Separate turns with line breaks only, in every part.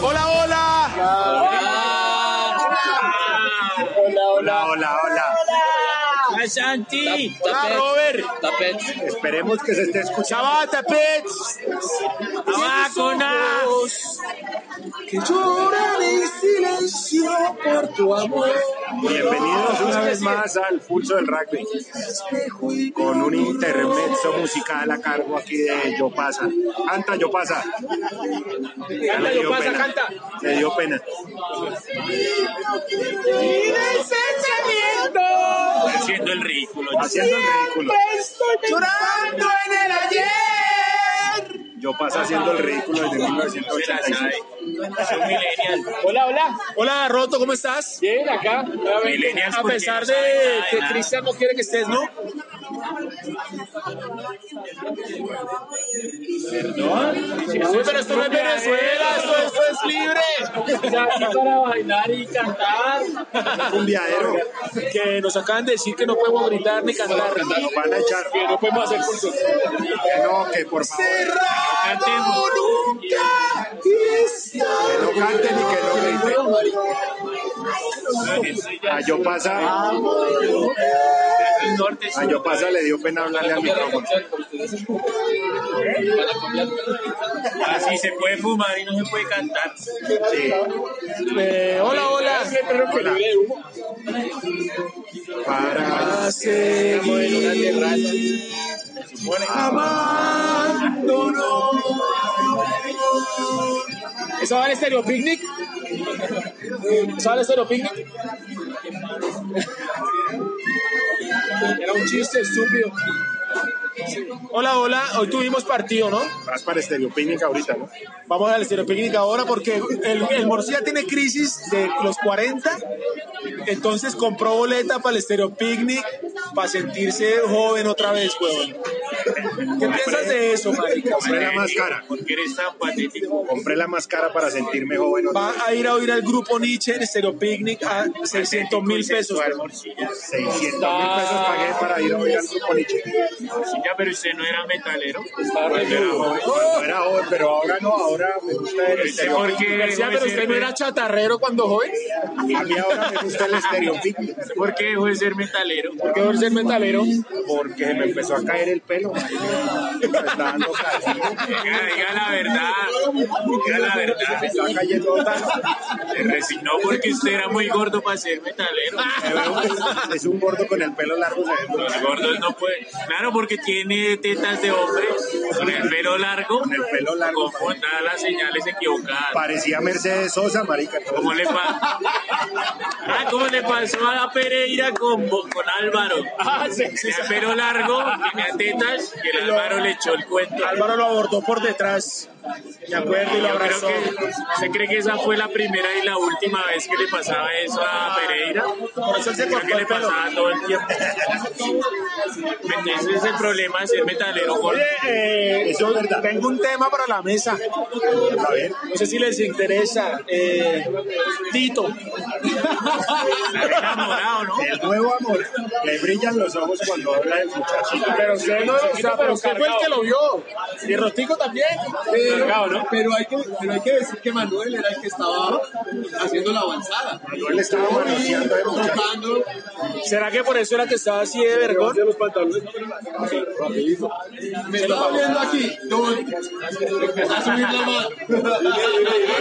¡Hola, hola!
Hola,
Hola, hola, hola.
¡Ay, Santi!
Hola, Robert.
Tapet.
Esperemos que se esté escuchando. ¡Chavata, Pets!
¡Abacona!
que llora de silencio por tu amor.
Bienvenidos una vez más al Pulso del Rugby,
Espejo y
con un intermezzo musical a cargo aquí de Yo Pasa. Canta, Yo Pasa. Canta, Yo Pasa, canta. Le dio pena.
Haciendo el ridículo.
Haciendo el ridículo.
llorando en el ayer.
Yo Pasa haciendo el ridículo desde 1985.
Soy millennial.
Hola, hola.
Hola, Roto, ¿cómo estás?
Bien, acá. A, ver,
Millennials,
a
¿por qué
pesar
no
de
saben nada de
que
nada?
Cristian no quiere que estés, ¿no? Uy, pero esto no es Venezuela, esto, esto es libre. O sea, aquí para bailar y cantar.
Un viadero.
Que nos acaban de decir que no podemos gritar ni cantar.
Nos van a echar.
Que no podemos hacer pulso.
Que no, que por favor.
Cantemos.
Nunca está.
Que no canten y que no griten. A Yo Pasa,
El norte es
a Ah, Yo Pasa le dio pena hablarle al micrófono.
Así se puede fumar y no se puede cantar.
Sí.
Eh, hola, hola.
Hola. Para
Estamos en una terraza. ¿Eso va al Estéreo Picnic? ¿Eso va al Estéreo Picnic? Era un chiste estúpido. Hola, hola. Hoy tuvimos partido, ¿no?
vas para Estereopínica ahorita, ¿no?
Vamos al Estéreo Picnic ahora porque el, el Morcilla tiene crisis de los 40. Entonces compró boleta para el Estéreo Picnic para sentirse joven otra vez, huevón. ¿Qué piensas de eso, marica?
Compré la más cara.
Porque eres tan patético.
Compré la más cara para sentirme joven.
Va a ir a oír al grupo Nietzsche en Estéreo Picnic a 600 mil pesos.
Sexual, morcilla.
600 mil pesos pagué para ir a oír al grupo Nietzsche.
Morcilla, pero usted no era metalero.
Era joven, cuando era joven, pero ahora no, ahora me gusta el
Ese
estereo.
porque
García, pero usted no era chatarrero cuando joven.
A mí ahora me gusta el estereopínica
¿Por qué dejó de ser metalero?
¿Por qué debe ser metalero?
porque me empezó a caer el pelo. marica. Me está dando calor.
Diga, diga la verdad. Diga la verdad.
Me está cayendo tanto.
Se resignó porque usted era muy gordo para ser metalero.
Me veo que Es un gordo con el pelo largo. se ve muy-
Los gordos no pueden. Claro, porque tiene tetas de hombre con el pelo largo. Con
el pelo largo.
da las señales equivocadas.
Parecía Mercedes Sosa, marica.
¿Cómo le, pa- ah, ¿Cómo le pasó a Pereira con, Bo- con Álvaro?
Ah, sí, sí,
Tenía
sí.
pelo largo, tenía tetas, que el Álvaro le echó el cuento.
Álvaro lo abordó por detrás. Me acuerdo y lo
Yo creo
abrazó.
que, ¿Se cree que esa fue la primera y la última vez que le pasaba eso a Pereira?
Por eso él se
Creo
cortó
que le
el pelo.
pasaba todo el tiempo. Pues Ese es el problema de ser metalero gordo.
Oye, eh,
Eso
yo
es verdad.
tengo un tema para la mesa.
A ver,
No sé si les interesa. Eh, Tito.
Enamorado, ¿no?
el nuevo amor. Le brillan los ojos cuando habla el muchacho.
Pero usted no o sea, pero usted fue el que lo vio. Y Rotico también.
Cargado, ¿no?
Pero, pero, hay que, pero hay que decir que Manuel era el que estaba haciendo la avanzada.
Manuel estaba ¿eh? manoseando al muchacho.
Tocando.
¿Será que por eso era que estaba así de vergón?
Me estaba viendo aquí. Don. Empezó a subir la mano.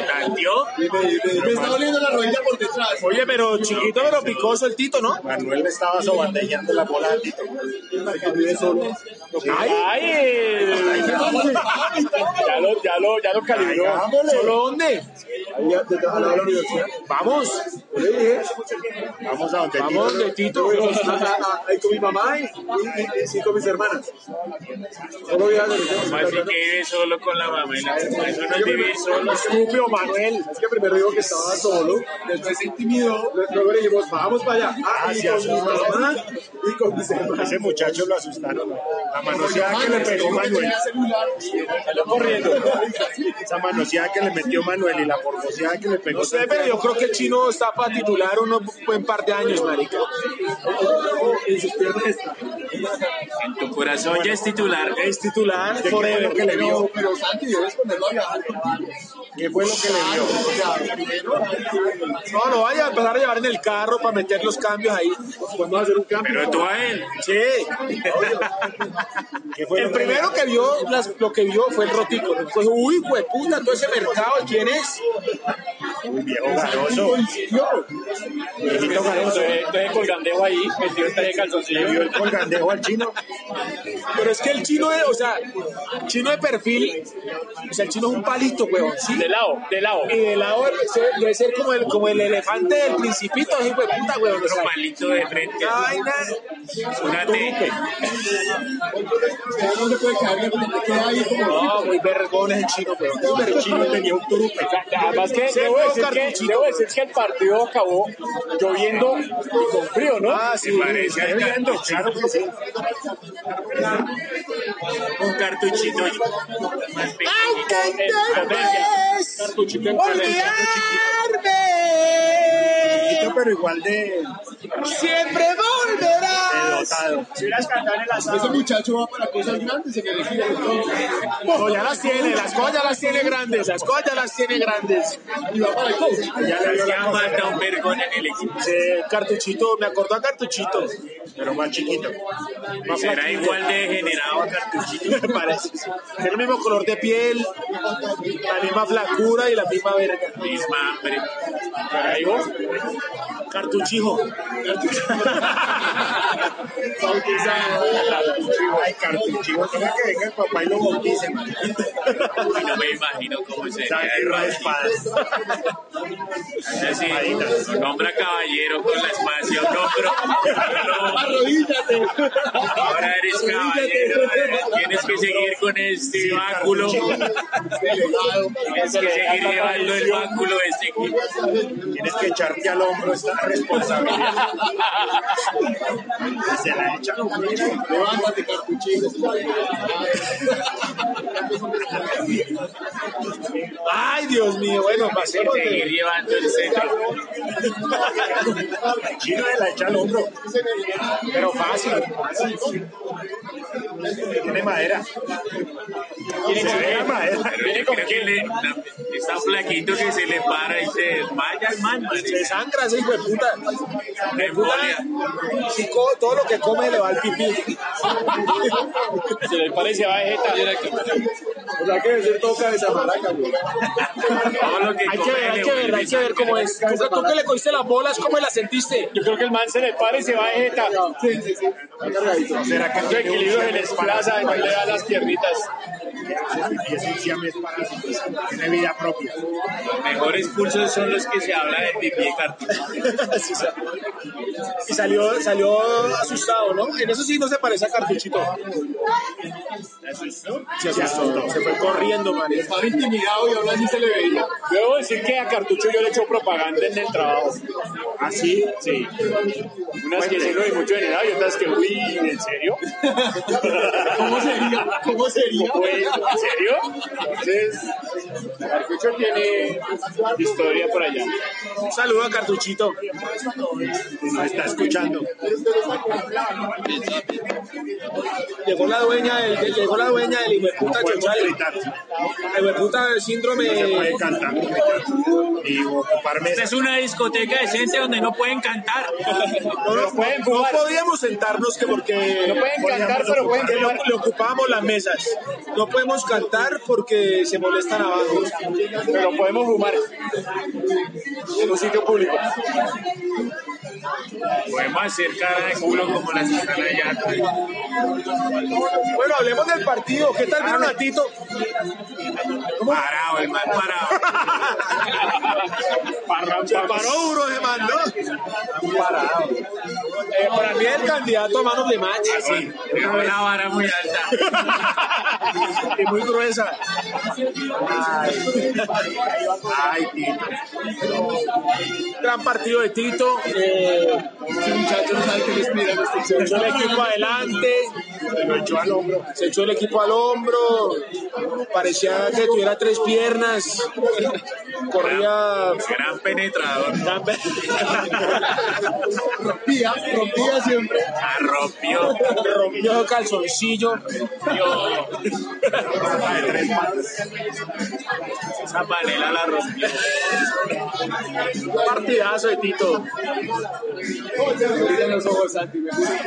Tanteó.
Me está doliendo la rodilla por detrás.
Oye, pero chiquito, pero picoso el Tito, ¿no?
Manuel le estaba sobandeñando la bola al Tito.
¡Ay! eh, Ya lo, ya lo, ya lo calibró.
Hagámosle.
¿Solo dónde?
Ahí ya te a la universidad.
Vamos,
Yo le dije,
Vamos a donde
vamos
Tito.
de Tito.
voy con- a- a- a- ahí con mi mamá y, y- y- y con mis hermanas. Solo voy a la
¿Cómo
universidad.
así que vive solo con la mamá? y la- Eso no es vivir solo.
Escupio, Manuel.
Es que primero dijo que estaba solo, después se intimidó, luego le dijimos, vamos para allá. Ah, y con mi mamá y con mis hermanas.
Ese muchacho lo asustaron. La manoseada que le pegó Manuel.
Corriendo.
Esa manoseada que le metió Manuel y la porfoseada que le pegó.
No sé, pero yo creo que el chino está para titular unos buen par de años, marica.
En sus piernas está.
En tu corazón ya es titular.
Es titular
¿De qué fue lo
forever.
que le vio?
Pero Santi, debes ponerlo a viajar.
¿Qué fue lo que le vio?
No, no vaya a empezar a llevar en el carro para meter los cambios ahí.
Podemos hacer un cambio.
Pero tú a él.
Sí.
¿Qué fue
El
lo que le
primero que vio, las- lo que vio fue el rotico. Pues, uy, hueputa, todo ese mercado, ¿quién es?
vio? Un viejo garoso. Viejito garoso.
Entonces colgandeo ahí, metido en el
Le vio el colgandejo al chino.
Pero es que el chino de, o sea, el chino de perfil, o sea, el chino es un palito, weón, ¿sí?
De lado, de lado.
Y de lado debe ser- debe ser como el, como el elefante del principito, así, hueputa, weón, o
Otro
sea,
palito de frente.
una vaina,
Una T.
Ya no se puede caer, te queda ahí como.
no, muy vergón es el chino, weón.
Pero el chino tenía un turupe.
Además que
Se
debo
fue
decir que,
Cartuchito.
debo decir que el partido acabó lloviendo y con frío, ¿no?
Ah,
Se
sí,
parece al
Viendo, claro que sí.
un cartuchito más Eh, pequeño.
Cartuchito en Valencia.
Chiquito, pero igual de
Siempre volverá.
de dotado.
Ese muchacho va para cosas grandes en el equipo.
No, ya las tiene, las cosas ya las tiene grandes, las cosas ya las tiene grandes.
Y va para el coach.
Ya le
Ya
había
falta un vergón en el equipo.
Ese cartuchito, me acordó a cartuchito.
pero más chiquito. Más
Será
flaquito.
igual de degenerado a cartuchito.
Me parece. Tiene el mismo color de piel, la misma flacura y la misma verga.
Misma hambre.
Ahí vos. Cartuchijo.
Ay, cartuchivo. Ojalá que venga el papá y lo bautice. man.
Y no me imagino cómo sería.
Santi Raespadas.
Es decir, lo nombra caballero con la espada hacia un hombro.
Arrodíllate.
Ahora eres caballero. ahora Tienes que seguir con este báculo. Tienes que seguir llevando el báculo de este equipo.
Tienes que echarte al hombro esta responsabilidad. Se la echa.
Levántate, cartuchillo.
Ay, Dios mío, bueno,
Tienes
pasemos
que seguir
de...
llevando el centro.
El chino se la echa al hombro.
Pero fácil.
Tiene madera. Se ve la madera.
Pero yo creo que le, la- está flaquito que se le para y se desmaya el man.
Se
marica.
sangra ese hijo de puta.
Una embolia.
Si co- todo lo que come le va al pipí.
Se le parece a Vegeta.
O sea que debe ser todo cabeza maraca, güey.
Todo lo que
Hay que
come
ver,
le
hay que ver,
vuelve
hay que ver cómo es. ¿Tú, que- tú que le cogiste las bolas, ¿cómo la sentiste?
Yo creo que el man se le para y se va a Vegeta.
Sí, sí, sí. Está cargadito.
¿Será que
Su equilibrio se les plaza y no le da las piernitas.
Y es un siamés parásito. Tiene vida propia.
Los mejores cursos son los que se habla de pipí y cartucho.
Y salió, salió asustado, ¿no? En eso sí no se parece a Cartuchito.
Se asustó.
Se fue corriendo, man.
Estaba intimidado y ahora así se le veía.
Debo decir que a Cartucho yo le echo propaganda en el trabajo.
Así.
Sí. Unas que sí lo vi mucho generado y otras que, uy, ¿en serio?
¿Cómo sería? ¿Cómo sería?
Pues, ¿en serio? Entonces, Cartucho tiene historia por allá.
Un saludo a Cartuchito.
Nos está escuchando.
Llegó la dueña del, del- llegó la dueña del hijo de
No
puta
podemos
Chochal.
gritar.
El hijo de puta del síndrome.
Se puede cantar ni gritar. Y ocuparme
Esta es una discoteca decente donde no pueden cantar.
No, no, no podíamos sentarnos que porque.
No pueden cantar, pero pueden
porque le,
fumar.
le ocupábamos las mesas. No podemos cantar porque se molestan abajo.
Pero podemos fumar en un sitio público.
podemos hacer cara de culo como las que están allá.
Bueno, hablemos del partido. ¿Qué tal vino Natito?
Parado, el man parado.
Se paró duro ese man, ¿no? Parado. Eh, para mí es el candidato a manos de match.
Sí, dejó la vara muy alta.
y muy gruesa.
Ay, ay, Tito.
Gran partido de Tito. Eh, ese muchacho no sabe qué les pide. Se echó el equipo adelante.
Lo echó al hombro.
Se echó el equipo al hombro. Parecía que tuviera tres piernas. Corría.
Gran penetrador.
Gran pe-
rompía, rompía siempre.
Ah, rompió.
Rompió calzoncillo.
Yo. Esa panela la rompió.
Partidazo de Tito.
Miren los ojos, Santi. me gusta.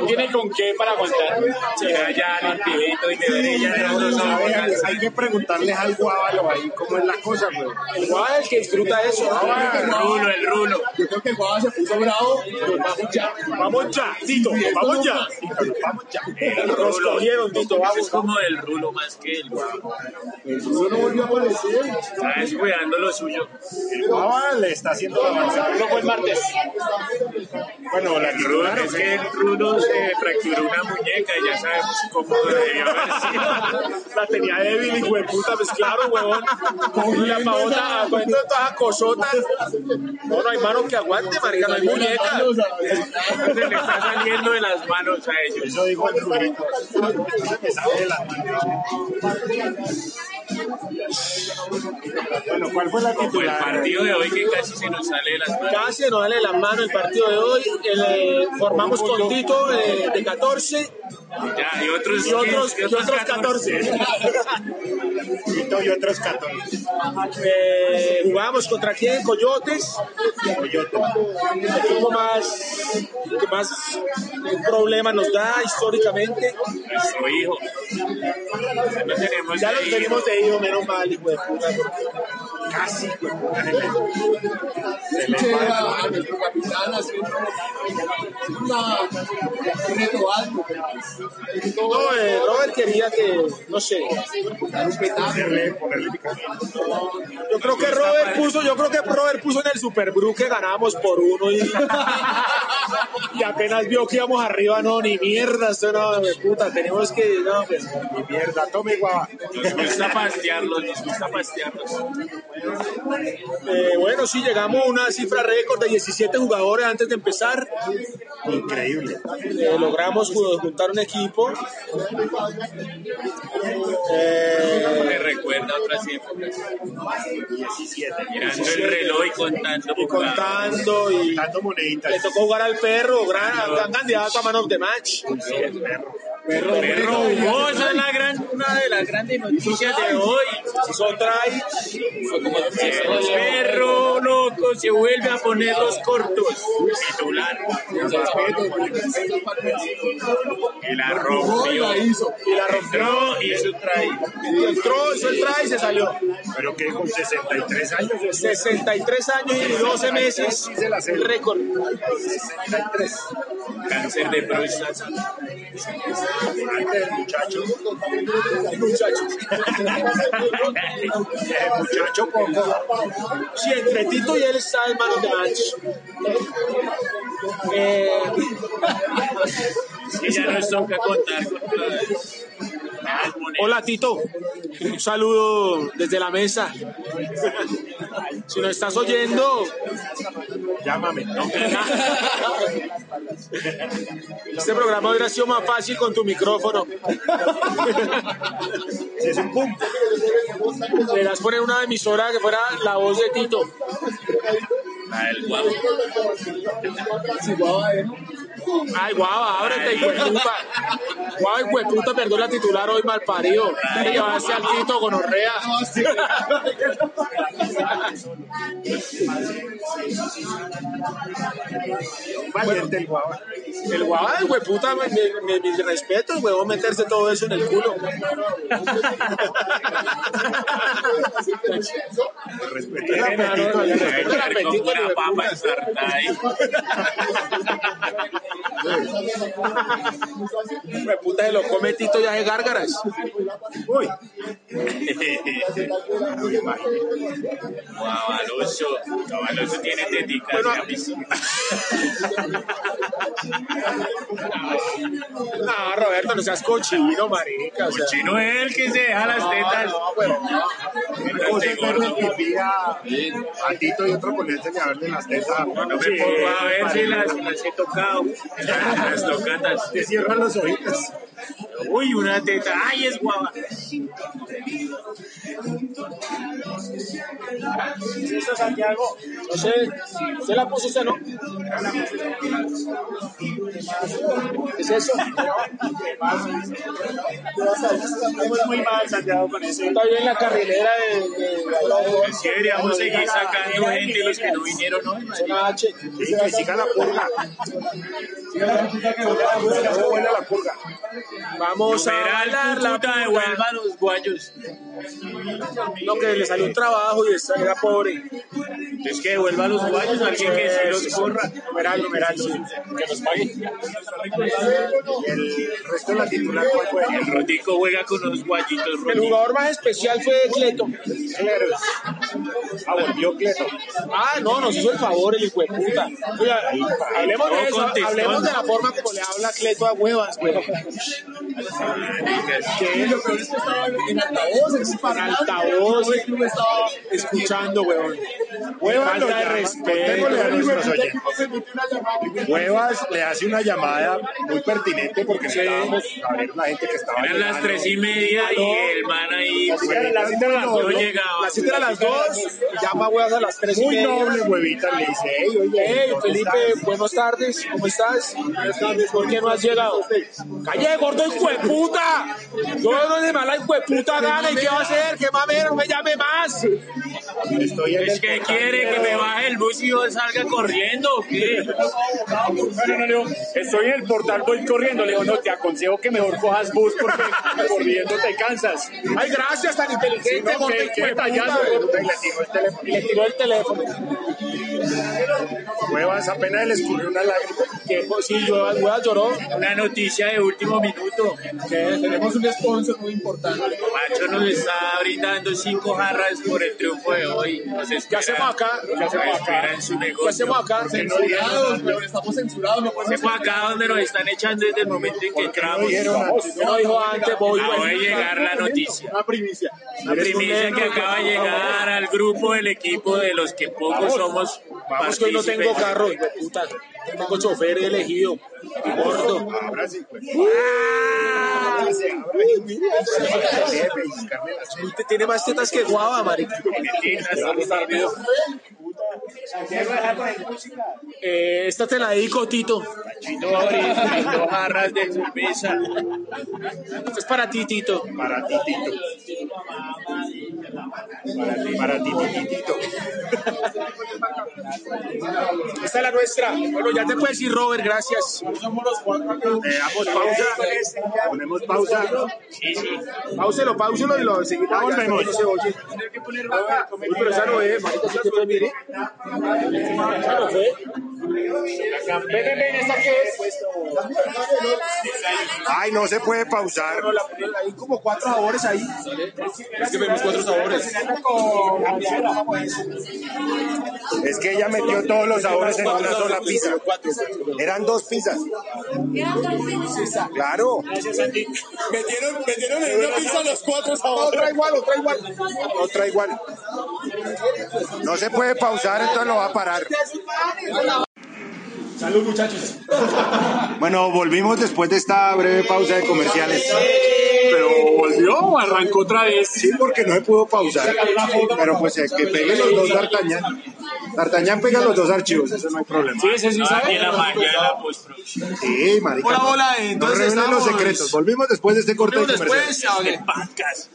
No tiene con qué para aguantar. Llega ya limpidito y te veré ya en los dos
A ver,
abogados.
hay que preguntarles algo a Ávalo ahí, cómo es la cosa, güey.
Guau, el que disfruta eso.
El rulo, el rulo.
Yo creo que Guava se puso bravo. Pero vamos ya.
Vamos ya, Tito, vamos ya.
Vamos ya.
El
Nos
rulo.
cogieron, Tito,
Eso
vamos.
Es como el rulo más que el guapo.
Eso no volvió a aparecer.
Está descuidando lo suyo.
Guava le está haciendo la avanzada. No fue el martes. Bueno, la
El rulo,
titularon,
es que el rulo se fracturó una muñeca y ya sabemos cómo debió haber sido.
La tenía débil y hueputa, pues claro, huevón. Con la pavota, aguanto todas las cosotas. No, no hay mano que aguante, marica, no hay muñeca.
Vamos a ver.
Se le está saliendo de las manos a ellos.
Eso dijo el rulito. Eso me sale de las manos. Bueno, ¿cuál fue la
Como Pues el
titular?
partido de hoy que casi se nos sale de las manos.
Casi nos dale la mano el partido de hoy. El, eh, formamos con Tito eh, de 14
Ya, y otros,
y otros,
15,
y otros 14.
Tito y otros 14.
Eh, jugamos contra quién? Coyotes.
Coyote.
el equipo más que más problemas nos da históricamente.
Nuestro hijo. No tenemos
Ya lo
ahí.
tenemos de ido, menos mal, hijo de puta.
Casi, güey.
Escuché a, a nuestro capitán haciendo una, un reto alto.
No, eh, Robert quería que, no sé,
Ponerle, ponerle picante.
yo creo que Robert puso, yo creo que Robert puso en el Superbrew que ganamos por uno y, y apenas vio que íbamos arriba, no, ni mierda, esto no, hijo de puta, tenemos que, no, pues,
Y mierda, tome guava.
Nos gusta pastearlos, nos gusta pastearlos.
eh, bueno, sí, llegamos a una cifra récord de 17 jugadores antes de empezar,
Increíble.
Eh, logramos ju- juntar un equipo. Eh,
Me recuerda a otras épocas.
17.
Mirando el reloj y contando.
y contando y
Dando moneditas.
le tocó jugar al perro, gran, gran candidato a man of the match.
Perro, perro, oh, esa es la gran, una de las grandes noticias de hoy.
Hizo try,
El perro loco se vuelve a poner los cortos. Titular. Y la
No, y
rompió.
la hizo.
y la rompió.
Entró y su traí.
Entró, hizo el try y se salió.
Pero que con 63 años.
63 años y 12 meses, el récord.
Cáncer de próstata.
Antes el muchacho.
Muchachos,
El muchacho poco.
si entre Tito y él está el man of the match. Eh,
Y ya nos toca contar con las, las monedas.
Hola Tito, un saludo desde la mesa. Si nos estás oyendo,
Llámame. No,
este programa hubiera sido más fácil con tu micrófono.
es un pum.
Le das poner una emisora que fuera la voz de Tito.
La del guapo.
Si Guava era-
Ay, guau, ábrete, hijo de puta. Guay, güey, puta, perdió la titular hoy, mal parido. Te llevaste al Tito con Orrea.
Valiente el guau.
El guay, güey, puta, me- me- me- mis respetos, güey, vos meterse todo eso en el culo.
Respeto.
El apetito, el respeto, el
Comer
apetito,
como una
güey,
papa
puta.
ensartada ahí.
Güey, puta, se lo come Tito y hace gárgaras.
Uy,
Guau, Alonso. Guau, Alonso tiene teticas.
Bueno,
ya, mis-
No, Roberto, no seas cochino, marica. O sea,
Chino es el que se deja las tetas.
no, güey,
cosa es verle el pipí a, a Tito y otro ponerse a verle las tetas.
No me pongo a ver si las, las he tocado. Las tocatas.
Te cierran los ojitos.
Uy, una teta. Ay, es guava.
¿Listo, Santiago? No sé, ¿se la puso usted, no? ¿Qué es eso?
Estamos muy mal, Santiago, con ese.
Está bien la carrilera de... de- de-
Sí, deberíamos seguir sacando gente los que no vinieron hoy. man.
Zona H.
Sí, que siga la purga. Ya se vuela la purga.
Vamos a
Verá,
hablar
el
la
puta
puta.
devuelva a los guayos.
No, que le salió un trabajo y está- era pobre.
Es que devuelva a los guayos alguien que se los corra.
Numeral, numeral. sí.
Y el resto de la titular, ¿cuál fue?
El rotico juega con los guayitos
El
rotico.
jugador más especial fue Cleto.
Cleros. Ah, volvió Cleto.
Ah, no, nos hizo el favor el hijo de puta. Oiga, hablemos
No
de eso,
contestó,
hablemos de
¿no?
la forma como le habla Cleto a huevas, güey.
Y lo peor es que estaba en altavoz, en un
Con
parlante,
altavoz,
y yo estaba
escuchando, huevón.
Huevas
Falta
lo
de
llama.
respeto.
Contémosle a nuestros
Ya
oyentes.
que no se metió una llamada.
Huevas le hace una llamada muy pertinente porque estábamos a ver la gente que estaba
Eran las
llegando.
tres y media y el man ahí
Así que a las siete de la
no
noche,
llegaba. pues,
Las 7 a las 2, llama a huevas a las 3 y
Muy
media.
noble, huevita, le dice, "Ey, oye, ah,
Hey,
¿dónde
Felipe,
estás?".
buenas tardes, ¿cómo estás? Buenas tardes, ¿por qué no has llegado? ¡Calle, gordo hijo de puta! Yo no de mala hijo de puta gana, ¿y qué va a hacer? ¡Qué mamero, no me llame más!
Estoy en
Es
el
que quiere que me baje el bus y yo salga corriendo. ¿o qué?
Bueno, no, le digo, estoy en el portal, voy corriendo. Le digo, no, te aconsejo que mejor cojas bus porque corriendo te cansas.
¡Ay, gracias, tan inteligente,
no,
gordo
qué-
hijo
qué
de puta!
payaso,
güey.
Y
Y le
le tiró el teléfono.
tiró el teléfono.
Huevas apenas le escurrió una lágrima.
Que pues, sí, yo huevas lloró.
Una noticia de último minuto.
Tenemos un sponsor muy importante.
Macho nos está brindando cinco jarras por el triunfo de hoy. Nos espera-
hacemos acá? ¿Qué hacemos
nos
acá?
espera en su
¿Qué
negocio.
hacemos acá?
Censurados, weón, estamos censurados, no podemos.
Hacemos acá donde nos están echando desde el momento en que entramos.
Dijeron,
Yo no dijo "Ah, antes, voy, pues".
Acaba de
güey.
Ah, llegar la noticia.
Una primicia.
La primicia que acaba de llegar al grupo del equipo de los que pocos somos
Vamos que hoy no tengo
partícipes.
carro, hijo de puta. Tengo chofer elegido, gordo.
ahora sí, pues. Ahora sí, ahora sí. Debe pellizcarme las tetas.
Te- Tiene más tetas que guava, marica. Eh, esta te la dedico, Tito.
Chino abriendo jarras de cerveza.
Esta es para ti, Tito.
Para ti, Tito. Para ti, para ti, Titito.
Esta es la nuestra. Bueno, ya te puedes ir, Robert, gracias.
Le damos Eh, pausa. Ponemos pausa.
Sí, sí.
Páuselo, páuselo y lo seguimos. Ah, ya,
volvemos.
No se oye. Uy, pero esa no es, marica, esa que fue, mire. Esa no fue.
Ay, no se puede pausar.
Pero la- Hay como cuatro sabores ahí. Es que vemos cuatro sabores.
Es que ella metió todos los sabores en una sola pizza. Eran dos pizzas. Claro.
Metieron, metieron en una pizza los cuatro sabores.
Otra igual, otra igual.
Otra igual. No se puede pausar, entonces lo va a parar.
Salud, muchachos.
Bueno, volvimos después de esta breve pausa de comerciales.
Pero volvió, arrancó otra vez.
Sí, porque no se pudo pausar. Pero pues eh, que pegue los dos D'Artagnan. D'Artagnan pega los dos archivos, eso no hay problema.
Sí, ese sí
Aquí
sabe.
en la magia de la postproducción.
Sí, marica.
Hola, hola,
Nos
entonces
reúnen
estamos-
los secretos. Volvimos después de este corte
Volvemos
de comercial.
después, a ver,
Pancas.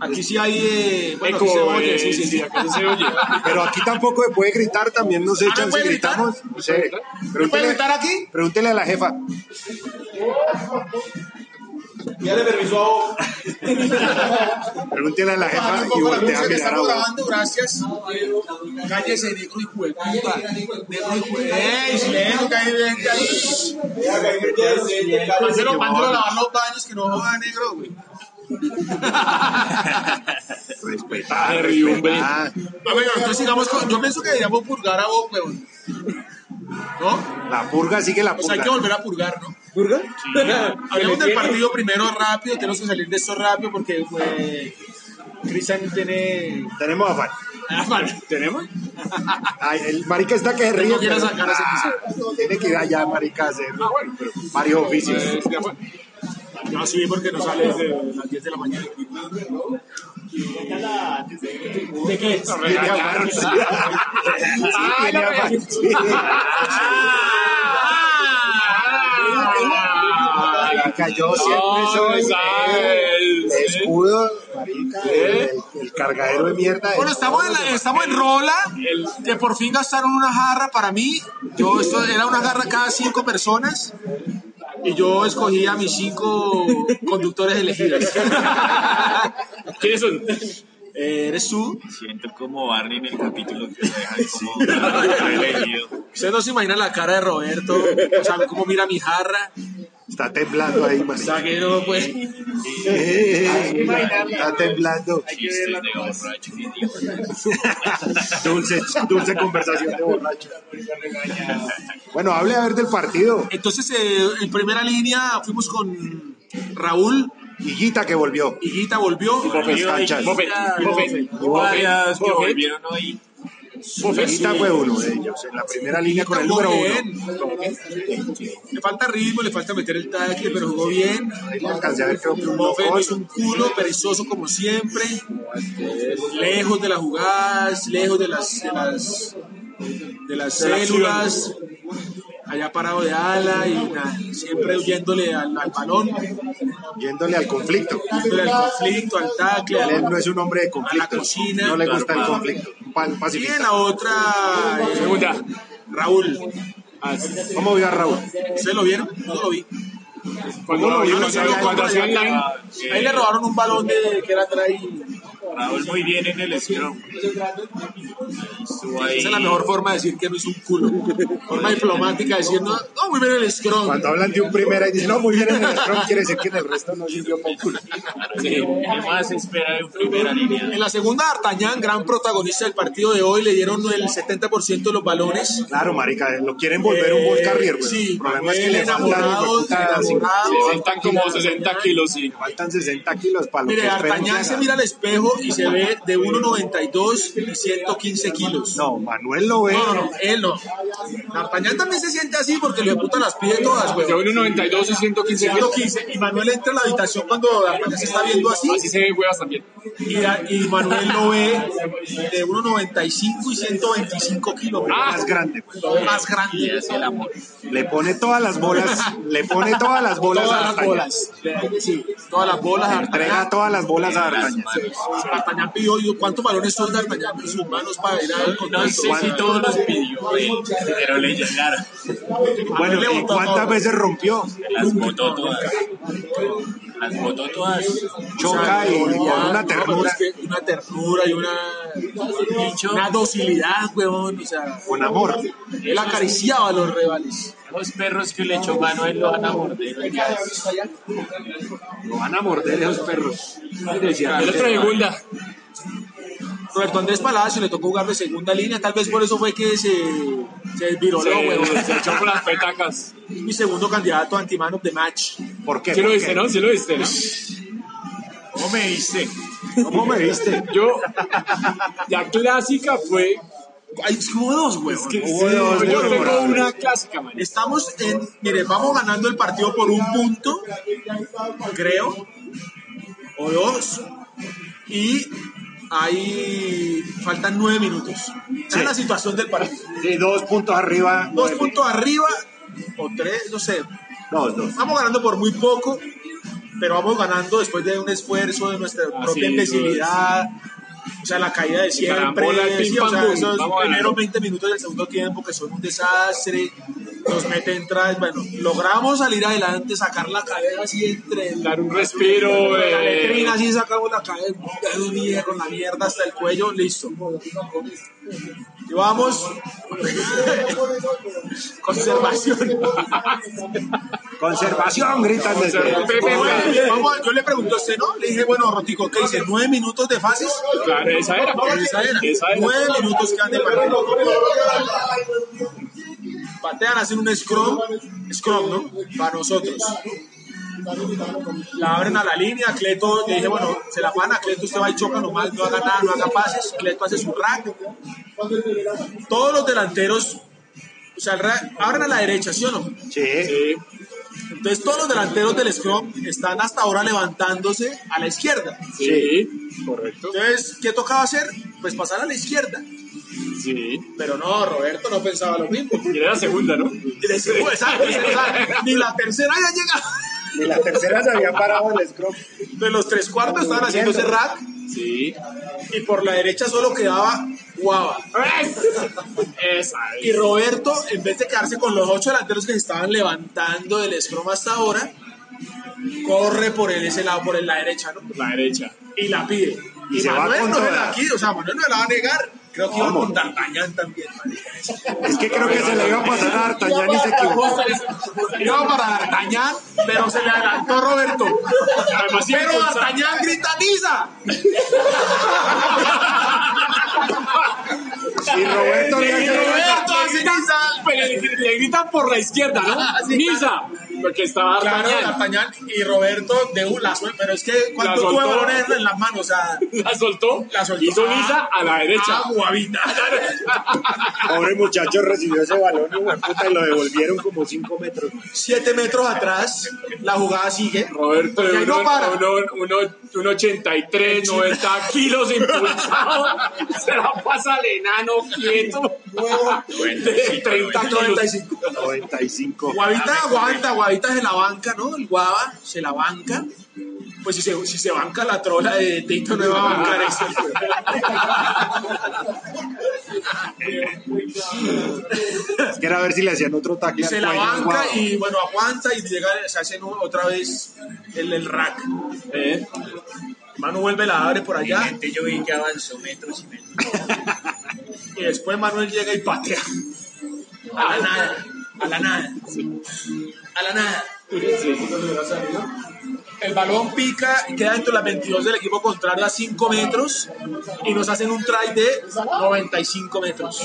aquí sí hay, eh, bueno, aquí se
Eco,
oye,
eh,
sí, sí, sí.
acá sí se oye.
Pero aquí tampoco se puede gritar, también nos
¿no
echan si
puede gritar?
gritamos. Sí.
¿No puede
Pregúntele-
gritar aquí?
Pregúntele a la jefa.
Ya le permiso a vos.
Pregúntele a la
Bajar
jefa
un
y
poco la luz,
voltea a
sé que
mirar a
estamos
vos.
grabando, gracias. Cállese, negro hijo de puta. Negro hijo de ¡Ey, silencio, que hay gente ahí! Mándelo, mándelo a lavar los baños, que no joda, negro, güey.
Respetar,
Ay, hombre.
respetar.
Ah, bueno, entonces sigamos con... Yo pienso que deberíamos purgar a vos, weón. ¿No?
La purga sigue la
O sea,
purga.
hay que volver a purgar, ¿no?
¿Burga?
Hablemos del partido primero rápido, tenemos que salir de esto rápido porque pues, Cristian tiene...
Tenemos afán.
Ah, vale.
¿Tenemos?
Ay, el marica está que se ríe.
No quiere
pero-
sacar ese Ah,
Ah, Tiene que ir allá, marica, a hacer varios
pues,
oficios.
eh, No, este, sí, porque no sale desde las 10 de la mañana. ¿De qué?
Tiene afán. Sí, tiene afán. Sí.
Ah,
Marica, yo siempre
No,
soy
sabe.
el
¿eh?
escudo, marica, el, el cargadero de mierda.
Bueno, estamos en, la- estamos en Rola, que por fin gastaron una jarra para mí. Yo, esto era una jarra cada cinco personas. Y yo escogí a mis cinco conductores elegidos.
¿Quiénes son?
Eh, ¿Eres tú?
Siento como Barney en el capítulo que deja de como está elegido.
Ustedes no se imaginan la cara de Roberto, o sea, cómo mira mi jarra.
Está temblando ahí,
O
marica.
sea, que no pues.
Está temblando.
Chistes de borracho y
Dulce, dulce conversación de borracho. Bueno, hable a ver del partido.
Entonces, eh, en primera línea fuimos con Raúl,
Higuita que volvió.
Higuita volvió.
Las canchas.
Bofet, Bofet,
Varias que
Bofet.
volvieron hoy.
Higuita fue uno de ellos. En la primera línea con el número
Jugó
uno.
bien. Le falta ritmo, le falta meter el tackle, pero jugó bien.
Ahí lo alcancé a ver, creo que un
Buffett
gol.
es un culo perezoso como siempre, lejos de las jugadas, lejos de las, de las, de las células, allá parado de ala y nada, siempre huyéndole al, al balón,
Yéndole al conflicto.
huyéndole al conflicto, al tackle,
Él
al-
no es un hombre
A
de
la
conflicto.
cocina.
No le gusta el conflicto. Un pa- un
y
pacifista.
en la otra, eh,
Segunda.
Raúl.
¿Cómo vio a Raúl?
¿Ustedes lo vieron? Yo no lo vi.
Cuando,
No, no,
cuando,
no, no,
cuando
no,
hacían
no,
line,
Ahí le robaron un balón de que era atrás y
Raúl muy bien en el scrum. Estuvo ahí.
Esa es la mejor forma de decir que no es un culo. Forma diplomática de decir, no, no, muy bien el scrum.
Cuando hablan de un primera y dicen, no, muy bien en el Trump, quiere decir que en el resto no sirvió para un culo.
Sí, ¿Qué más espera de un primera línea?
En la segunda, D'Artagnan, gran protagonista del partido de hoy, le dieron el 70% de los balones.
Claro, marica, lo quieren volver un ball carrier, güey.
Eh, Sí,
el problema es que le faltan,
enamorado,
hijueputa, sí,
enamorado.
se sentan como 60 kilos y
le faltan 60 kilos para lo
Mire,
que espera un
D'Artagnan se
llegado.
mira al espejo y se ve de 1,92 y 115 kilos.
No, Manuel lo ve.
No, no, no, él no. D'Artagnan también se siente así porque le puta las pide todas, güey.
yo en 92 y 115 kilos.
115. Y Manuel entra a la habitación cuando D'Artagnan se está viendo así.
Así se ven huevas también.
Y, a- y Manuel lo ve de 1,95 y 125 kilos.
más grande, Ah, güey.
lo ve más grande.
Le pone todas las bolas, le pone todas las bolas
Todas
a
las
D'Artagnan.
bolas. Sí, todas las bolas. a
Entrega
D'Artagnan.
todas las bolas a D'Artagnan.
D'Artagnan pidió, yo, ¿cuántos balones son D'Artagnan en sus manos para ir al
No
contrato?
sé si todos los pidió él, pero le llegaron.
Bueno,
le
¿y
botó
cuántas
todo.
veces rompió?
Las botó todas. Las botó todas.
Choca y y
Ah,
una
no,
ternura.
pero es que una ternura y una, una docilidad, weón. O sea,
Con amor.
él acariciaba a los rivales.
Los perros que le echó Manuel lo van a morder. oiga.
Lo van a morder esos perros.
El otro de Gulda.
Roberto Andrés Palacio le tocó jugar de segunda línea, tal vez por eso fue que se, se desviroló,
Se,
huevón.
se echó por las petacas.
Mi segundo candidato anti-man of the match.
¿Por qué?
Sí lo
¿Por
viste,
qué?
¿no? Sí lo viste, ¿no?
¿Cómo me dice?
¿Cómo me viste?
Yo, la clásica fue...
Ay, como dos, huevón.
es que
Hubo
sí,
dos
yo tengo
memorables.
una clásica, man.
Estamos en, mire, vamos ganando el partido por un punto, creo, o dos, y Ahí faltan nueve minutos. Esa
Sí.
es la situación del partido.
Sí, dos puntos arriba.
Dos puntos arriba o tres, no sé.
No, dos.
Vamos ganando por muy poco, pero vamos ganando después de un esfuerzo de nuestra propia
es.
imbecilidad. O sea, la caída de siempre.
carambola, pim,
sí, o
pam,
sea,
pum,
esos
vamos ganando.
primeros 20 minutos del segundo tiempo que son un desastre. Nos meten tras. Bueno, logramos salir adelante, sacar la cabeza así entre el-
Dar un respiro.
la
eh,
letrina, así sacamos la cabeza, un dedo con la mierda hasta el cuello, listo. Y vamos. Conservación.
Conservación, gritan desde.
Pepe, Pepe.
Vamos, yo le pregunto a usted, ¿no? Le dije, bueno, Rotico, ¿qué dice? ¿Nueve minutos de fases?
Claro, esa era.
Esa era.
Esa era.
Nueve minutos que han de partido. Patean, hacen un scrum, scrum, ¿no? Para nosotros. La abren a la línea, Cleto, le dije, bueno, se la van a Cleto, usted va y choca nomás, no haga nada, no haga pases, Cleto hace su rack. Todos los delanteros, o sea, el rack- abren a la derecha, ¿sí o no?
Sí,
Sí.
Entonces todos los delanteros del scrum están hasta ahora levantándose a la izquierda.
Sí, correcto.
Entonces, ¿qué tocaba hacer? Pues pasar a la izquierda.
Sí.
Pero no, Roberto no pensaba lo mismo.
Y era la segunda, ¿no?
Y le decía, "Uy, esa- esa- ni la tercera ya llegado.
ni la tercera se había parado el scrum.
De los tres cuartos estaban haciendo ese rack
Sí.
y por la derecha solo quedaba Guava.
Esa.
Y Roberto, en vez de quedarse con los ocho delanteros que se estaban levantando del scrum hasta ahora, corre por el- ese lado, por el- la derecha, ¿no?
La derecha.
y la pide.
Y
Y,
se va
Manuel
con
no se
toda.
la quiere, o sea, Manuel no se la va a negar. Creo que iba
Vamos.
con D'Artagnan también, marica.
Es que creo que se le iba a pasar a D'Artagnan y se equivocó.
Iba para D'Artagnan, pero se le adelantó Roberto.
Además, iba
Pero
con-
D'Artagnan grita Nisa.
Y Roberto le
Y Roberto hace Nisa.
Pero le, gr- le gritan por la izquierda, ¿no?
Ah, Sí,
Nisa. Porque estaba
Claro,
D'Artagnan.
D'Artagnan y Roberto de un lazo, pero es que
La
cuando
soltó.
tuve balones en las manos, o sea,
La soltó.
La soltó.
Hizo Nisa a la derecha.
ah, guavita.
Pobre muchacho recibió ese balón y, la puta, y lo devolvieron como 5 metros.
Siete metros atrás, la jugada sigue.
Roberto
Porque
de
ahí no
uno,
para.
uno- uno- un 83, 90 kilos impulsado. Se la pasa al enano quieto. De 30 kilos.
95.
95.
Guavita aguanta, Guavita es en la banca, ¿no? El Guava se la banca. Pues si se, si se banca la trola de Tito no va a bancar eso.
Es que era a ver si le hacían otro tackle.
Y
al
se la
cuello,
banca
guau.
y bueno, aguanta y llega, se hace nu- otra vez el, el rack.
Eh,
Manu vuelve, la abre por allá
Yo vi que avanzó metros y metros.
y después Manuel llega y patea. A la nada, a la nada, a la nada. El balón pica, queda dentro de las 22 del equipo contrario a 5 metros y nos hacen un try de 95 metros.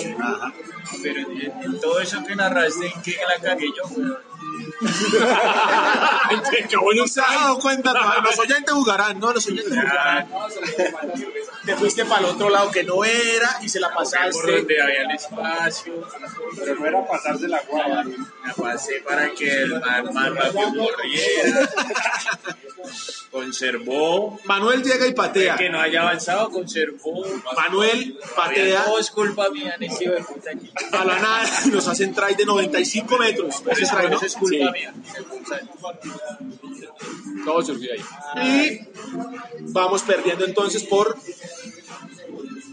Pero en, en todo eso que narraste, ¿en qué la cagué yo? weón?
Qué bueno
Se ha dado cuenta, Pues no, los oyentes jugarán, Ah, ¿no? Los oyentes jugarán. Te fuiste para el otro lado que no era y se la
Por
pasaste.
donde había el espacio.
Pero no era pasarse la guava.
La pasé para que el mar más rápido corriera. Conservó.
Manuel llega y patea.
Que no haya avanzado, conservó.
Manuel patea
No es culpa mía, ni siquiera de puta aquí.
a la nada y nos hacen try de 95 metros. Ese try, ¿no?
Eso es culpa mía.
Todo surgió ahí.
Y vamos perdiendo entonces por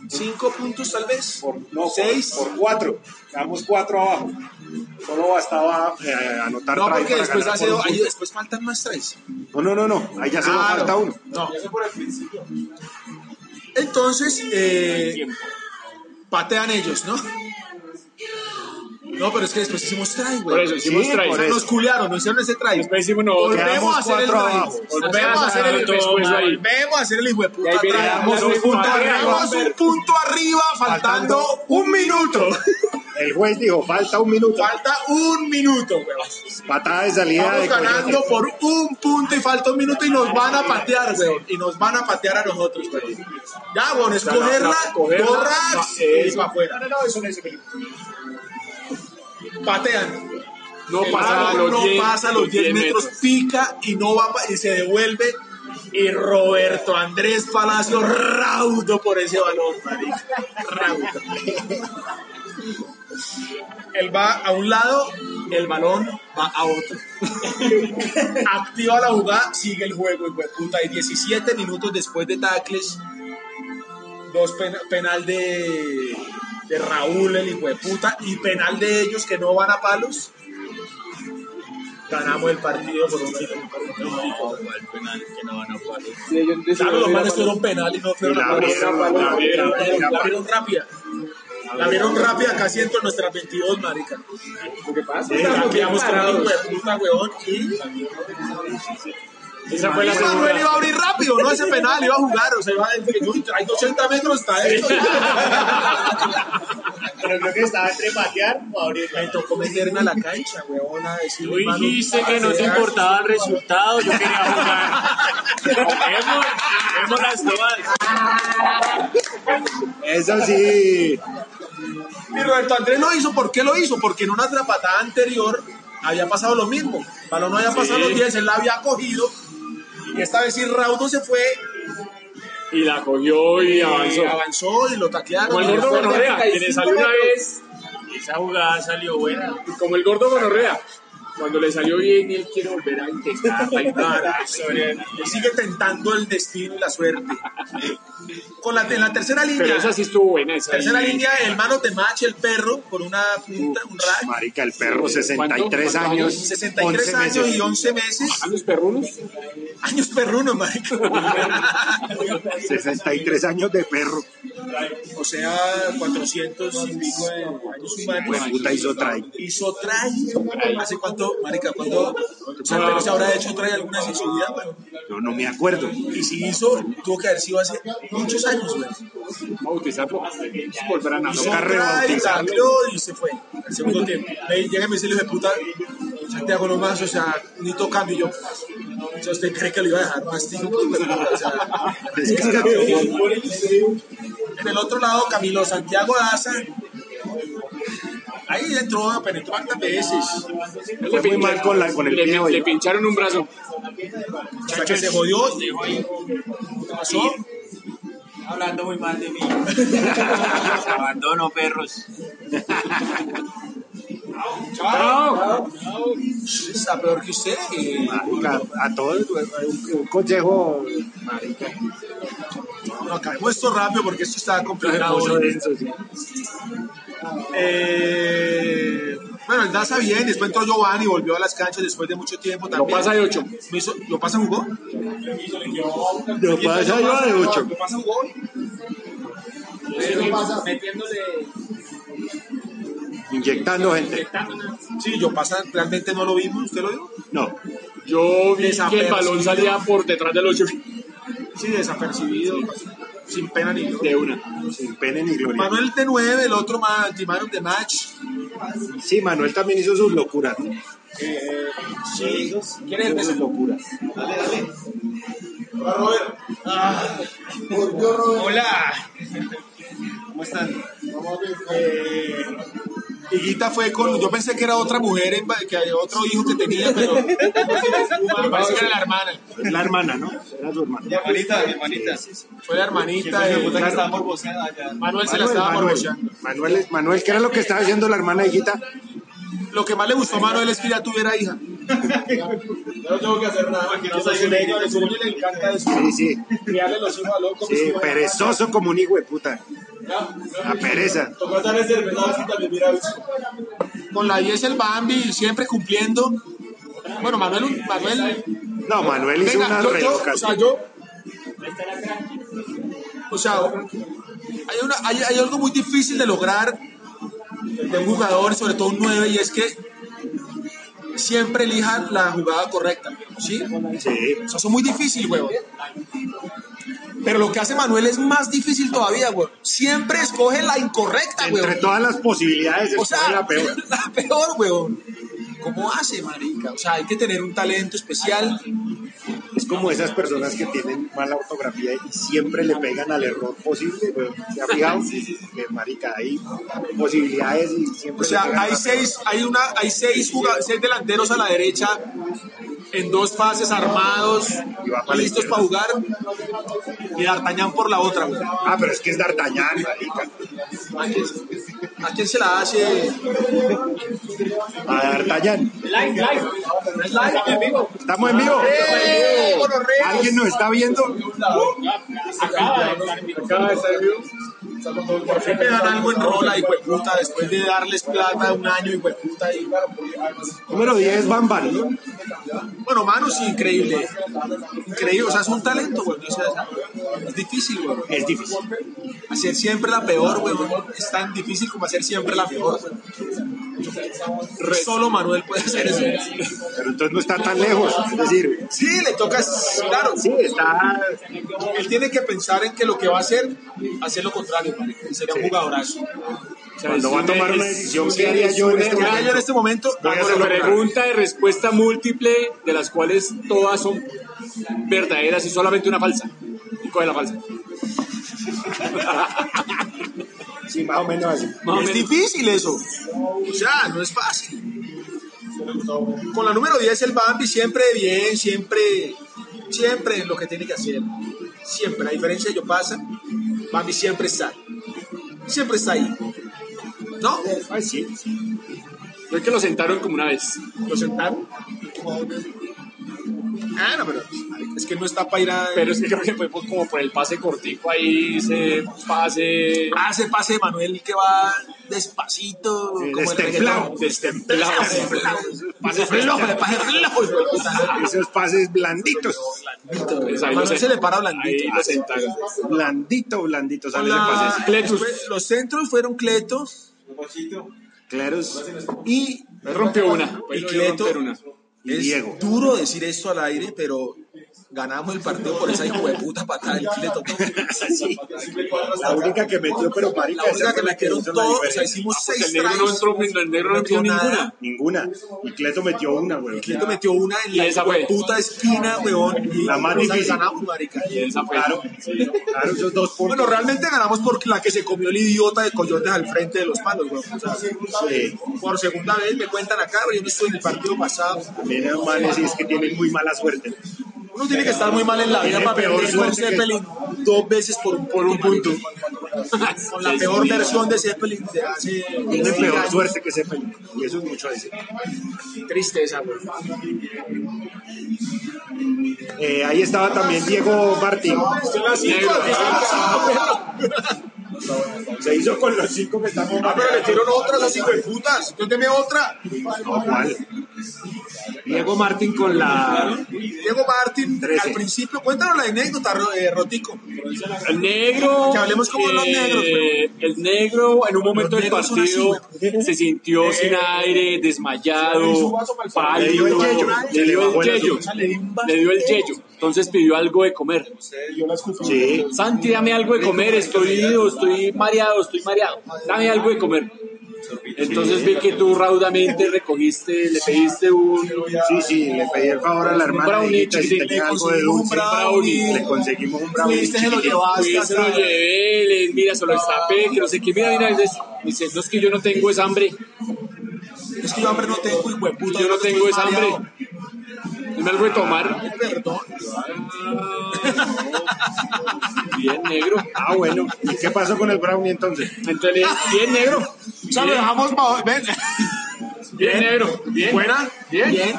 5 puntos tal vez.
No,
6.
Por 4. Quedamos 4 abajo. Solo bastaba eh, anotar
No,
try
porque
para
después,
ganar
hace,
por un
ahí
punto.
después faltan más tres.
No, no, no, no. Ahí ya solo
Claro.
falta uno.
No. Entonces, eh, patean ellos, ¿no? No, pero es que después hicimos try,
Por
güey.
eso hicimos
Sí,
try.
O
por
sea,
eso.
nos culearon, nos hicieron ese try.
Después hicimos no,
Volvemos
quedamos
a hacer el
cuatro
try.
abajo.
Volvemos a hacer el
Todo
después,
mal.
Volvemos a hacer el hijo de puta
Ya
try.
quedamos
Damos
un
un punto
punto
arriba,
arriba.
un punto arriba, faltando
Faltando
un minuto.
El juez dijo, falta un minuto.
Falta un minuto, güey.
Patada de salida
Estamos
de Correa.
ganando por un punto y falta un minuto y nos van a patear, weón. Y nos van a patear a nosotros, weón. Ya, weón, es cogerla,
la- cogerla,
dos
va,
racks
eh.
y es para afuera. Patean.
No
El
pasa
balón
los
no
10
pasa los 10 metros, pica y no va pa- y se devuelve Y Roberto Andrés Palacio raudo por ese balón, marica. Raudo. Él va a un lado, el balón va a otro. Activa la jugada, sigue el juego, hijo de puta. Y 17 minutos después de tacles, dos pen- penal de, de Raúl, el hijo de puta, y penal de ellos que no van a palos. Ganamos el partido por un gol.
Sí, ellos
Claro,
decidieron
los
ir a
manes
palos.
fueron penal y no fueron
Y la
a palos.
abrieron,
La
la abrieron,
abrieron,
la
la vieron rápida. La vieron rápida casi entre nuestras 22, marica.
¿Lo que pasa?
Y
Estamos
cambiamos con un
parados.
hijo de puta, weón. Y
Esa fue la
Ese Manuel
segunda.
iba a abrir rápido, no ese penal, iba a jugar, o sea, iba a decir, "Uy, hay 80 metros, está esto.
Pero creo que estaba entre patear o abrir.
Me tocó meterme a la cancha, weón, a decir,
Tú
hermano,
dijiste que no te
"Parce,
importaba el resultado, yo quería jugar. Hemos, hemos las todas.
Eso sí.
Y Roberto Andrés lo hizo, ¿por qué lo hizo? Porque en una atrapatada anterior había pasado lo mismo. Balón no había pasado los 10, él la había cogido. Y esta vez sí, Raudo se fue,
Y la cogió y
eh,
avanzó.
avanzó y lo taquearon.
Como el
y
gordo
fue-
gonorrea, que le salió una vez,
Esa jugada salió buena.
como el gordo gonorrea. Cuando le salió bien, él quiere volver a intentarla y
Ah,
nada.
él sigue tentando el destino y la suerte. Con la, en la tercera línea,
Pero esa sí estuvo buena. Esa
tercera
ahí.
línea, el mano te mache el perro por una punta, un rack.
Marica, el perro, 63
¿Cuánto?
años.
63
11
años
meses.
y 11 meses.
¿A los perrunos?
Años perrunos, marica.
63 años de perro.
o sea, 400 y pico de años
Pues
humanos.
puta hizo trae.
Hizo try. ¿Hace cuánto, marica? ¿Cuándo? O sea, pero se habrá hecho try alguna vez en su vida, weón.
Yo no me acuerdo.
Y si hizo, tuvo que haber sido hace muchos años, pues. weón.
Bautizarlo. Volver a
Hizo
Toca
un
nadar.
try,
rebautizar.
tacleó y se fue. Al segundo tiempo. Me llega y me dice el hijo de puta, Santiago Lomas, o sea, necesito cambio. Y Yo, o sea, ¿usted cree que lo iba a dejar más tiempo? O sea, en el otro lado, Camilo Santiago Daza. Ahí entró, penetró hartas veces.
Le
muy mal con la- con el
le-
pie hoy.
le pincharon un brazo.
O sea, que se jodió. Pasó.
Hablando muy mal de mí. Abandono, perros.
Está peor que usted. eh,
Marica, a todos, un, un consejo. Marica,
Bueno, acabemos esto rápido porque esto está complicado.
puso
hoy.
denso, sí.
Eh, bueno, el Daza bien. Después entró Giovanni, volvió a las canchas después de mucho tiempo
Lo
también.
pasa de ocho.
Me hizo- ¿Lo pasa jugó?
Lo pasa yo de 8.
¿Lo pasa jugó?
Inyectando gente.
Sí, yo pasa, realmente no lo vimos. ¿Usted lo vio?
No.
Yo vi que el
Desapercibido.
balón salía por detrás del ocho.
Sí, desapercibido, pues, sin pena ni gloria.
De una.
Sin pene ni gloria.
Manuel de 9, el otro más Antimaron de match.
Sí, Manuel también hizo sus locuras.
Sí. ¿Quién es el
Hizo sus
beso?
locuras.
Hola. ¿Cómo están? Eh, Higuita fue con. Yo pensé que era otra mujer, en- que había otro hijo que tenía, pero. Me parece que era la hermana.
Es la hermana, ¿no? Era su hermana.
hermanita, mi hermanita. Fue la hermanita. de- Manuel se la
Manuel,
estaba
Manuel,
borbollando.
Manuel, es- Manuel, ¿qué era lo que estaba haciendo la hermana de Higuita?
Lo que más le gustó a Manuel es que ya tuviera hija. no tengo que hacer nada. Porque no soy un niño, el niño le encanta eso.
Sí, sí,
Criarle los hijos a loco.
sí, perezoso como un hijo de puta. La pereza.
Tocó darle cerveza y también mira. Con la 10 el Bambi, siempre cumpliendo. Bueno, Manuel, Manuel
No, Manuel hizo
Venga, yo,
una
yo, o sea,
relocación.
yo. O sea, hay, una, hay, hay algo muy difícil de lograr de un jugador, sobre todo un 9, y es que siempre elija la jugada correcta. ¿Sí?
Sí,
O sea, eso es muy difícil, huevón. Pero lo que hace Manuel es más difícil todavía, huevón. Siempre escoge la incorrecta,
entre
huevón.
todas las posibilidades,
O
escoge
sea,
la peor.
La peor, huevón. ¿Cómo hace, marica? O sea, hay que tener un talento especial.
Es como esas personas que tienen mala ortografía y siempre le pegan al error posible. güey. ¿Se ha fijado? Que, marica, hay posibilidades y siempre.
O sea,
le pegan
hay
a-
seis, hay una, hay seis, juga- seis delanteros a la derecha en dos fases armados, listos para jugar, y D'Artagnan por la otra, güey.
Ah, pero es que es D'Artagnan, marica.
¿A quién, a quién se la hace?
A D'Artagnan.
Live, live. Es live, en vivo.
Estamos en vivo.
¡Eh!
¿Alguien nos está viendo?
Acaba de estar en vivo.
Acaba de ser vivo. ¿Por qué me dan algo en rola y puta después de darles plata un año y puta y
Número 10, Bamban.
bueno Manu sí increíble increíble o sea es un talento güey o sea, es difícil güey
Es difícil.
hacer siempre la peor güey es tan difícil como hacer siempre la peor Re- solo Manuel puede hacer eso
Pero entonces no está tan lejos. Es decir,
sí le toca claro
sí, está.
él tiene que pensar en que lo que va a hacer hacer lo contrario güey. sería un
Sí.
jugadorazo
Cuando va a tomar una decisión, ¿qué haría yo en este
Pero ya yo en
momento?
este momento
Voy a
hago
hacer
lo
lo contrario.
Pregunta de respuesta múltiple, de las cuales todas son verdaderas y solamente una falsa. ¿Y cuál es la falsa?
Sí, más o menos así.
Más o
es
menos.
difícil eso. O sea, no es fácil. Con la número 10 el Bambi siempre bien, siempre, siempre en lo que tiene que hacer. Siempre, a diferencia de yo pasa, Bambi siempre está. Siempre está ahí. ¿No?
Ay, sí.
No es que lo sentaron como una vez.
Lo sentaron. Ah, no, pero es que no está para ir a...
Pero es que creo que fue por- como por el pase cortico ahí, se pase
hace pase de Manuel que va despacito,
Sí,
como el
destemplado,
reggaetón.
destemplado.
Destemplado. Pase flojo, de pase flojo, hijo de puta.
Esos pases blanditos.
Pues ahí
A
lo
Manuel se
sentaron.
le para blandito.
Ahí lo sentaron.
Blandito, blandito. Sale ese
La-
pase.
Cletus.
después, los centros fueron Cleto
Claro.
y,
Él rompió una.
y
Él lo vio
Cleto.
romper una.
Y
es
Diego.
duro decir esto al aire, pero ganamos el partido por esa hijueputa patada del Cleto.
La única que metió, pero marica.
La única
esa
que
fue la
metieron
hizo la
todos, o sea,
diferencia.
hicimos
Porque
seis
Ah, pues el negro no
tries.
entró, el negro no metió
metió nada.
ninguna.
Ninguna. Y Cleto metió una, güey.
Cleto metió una en
Y esa
la
fue.
puta esquina, weón. y
La más
esa
difícil.
Ganamos, marica.
Y esa fue.
Claro. Claro, esos dos
Bueno,
puntos.
realmente ganamos por la que se comió el idiota de Coyotes al frente de los palos, weón. O sea,
Sí.
por segunda vez me cuentan acá, pero yo no estuve en el partido pasado.
Mira, manes, y es que tienen muy mala suerte.
Uno tiene que estar muy mal en la vida
Tiene
para
peor
perder con
suerte que-
Zeppelin dos veces por, un- por un punto. Con la peor versión de Zeppelin de hace.
Tienen
seis
peor
años.
suerte que sepan. Y eso es mucho decir.
Tristeza, pues. güey.
Eh, ahí estaba también Diego Martín.
Negro.
Se hizo con los cinco que estamos.
Ah, pero le tiraron otra a las putas. Yo tenía otra.
No, ¿cuál? Diego Martín con la.
Diego Martín,
Trece.
al principio, cuéntanos la anécdota, Ro- eh, Rotico.
El negro. eh,
Que hablemos como los negros,
El negro en un momento
Los
del
negros son así,
partido
güey.
se sintió sin aire, desmayado,
Le dio el
pálido.
yello.
Le dio
Se le bajó
el
el
yello.
azúcar.
Le dio el yello. Entonces pidió algo de comer.
Sí.
Santi, dame algo de comer, estoy ido, estoy mareado, estoy mareado. Dame algo de comer. Entonces vi que tú raudamente recogiste, le pediste un...
Sí, sí, le pedí el favor a la hermana.
brownie
hijita, si
chiquitico,
tenía algo de dulce,
un brownie.
le conseguimos un brownie.
Fuiste, se lo
chiquitico.
llevaste
Fui, se lo
hasta-
llevé, le- mira, se lo destapé, que no sé qué, mira, mira, es- dice, no es que yo no tengo es hambre,
Es que yo hambre no tengo, hijo de puta.
yo no
estoy
tengo es hambre,
mareado.
dame algo de tomar,
Perdón.
bien negro,
Ah, bueno. ¿Y qué pasó con el brownie entonces?
entonces le dije, bien negro,
O sea, lo dejamos bajo. Ven.
bien negro, bien,
¿Buena?
bien,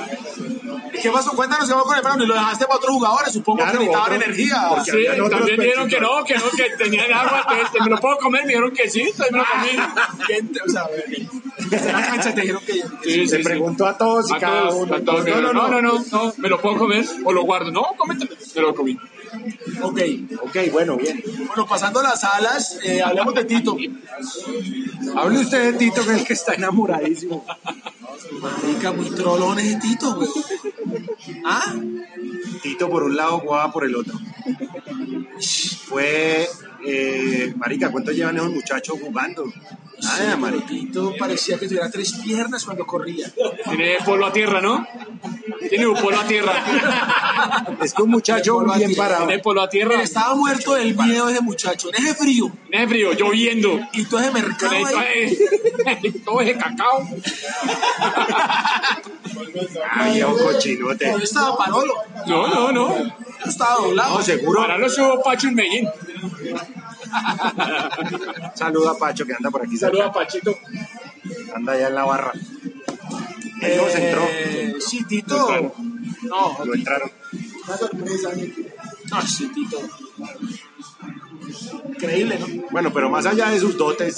¿Qué pasó? Cuéntanos qué pasó con el Brownie. Lo dejaste para otros jugadores, supongo
Claro,
que necesitaban
otro.
energía.
Porque-
Sí,
habían otros
también dijeron que
pechitos.
no, que no, que tenían agua, entonces, me lo puedo comer, me dijeron que sí, entonces me lo comí.
Gente, o sea, en la cancha te dijeron que.
Sí,
Se
sí, sí.
preguntó a todos y
A
cada
todos,
uno.
a todos.
No, no, no.
no, no, no, me lo puedo comer o lo guardo. No, cómetelo. Me lo comí.
Ok.
Ok, bueno, bien.
Bueno, pasando las alas, eh, hablemos de Tito.
Hable usted de Tito, que es el que está enamoradísimo.
Marica, muy trolón ese Tito, güey. ¿Ah?
Tito por un lado, Guava por el otro. Fue, eh, marica, ¿cuánto llevan esos muchachos jugando? Nada, marica.
Tito parecía que tuviera tres piernas cuando corría.
Tiene polvo a tierra, ¿no? Tiene un polvo a tierra.
Es que un muchacho
Vuelvo a
bien
ti.
parado.
Tiene polvo a tierra.
Estaba muerto del miedo ese muchacho, en ese frío.
Tiene frío, lloviendo.
Y todo ese
Con
mercado
esto
ahí.
es- todo es cacao.
Ay, un cochinote.
¿Dónde estaba Panolo?
No, no, no.
Estaba doblado.
No, seguro.
Ahora lo subo Pacho en Medellín.
Saluda a Pacho que anda por aquí. cerca.
Saluda a Pachito.
Anda allá en la barra. Él nos entró.
Eh, sí, Tito. No,
Lo entraron.
una sorpresa. No, sí, Tito. Increíble, ¿no?
Bueno, pero más allá de sus dotes,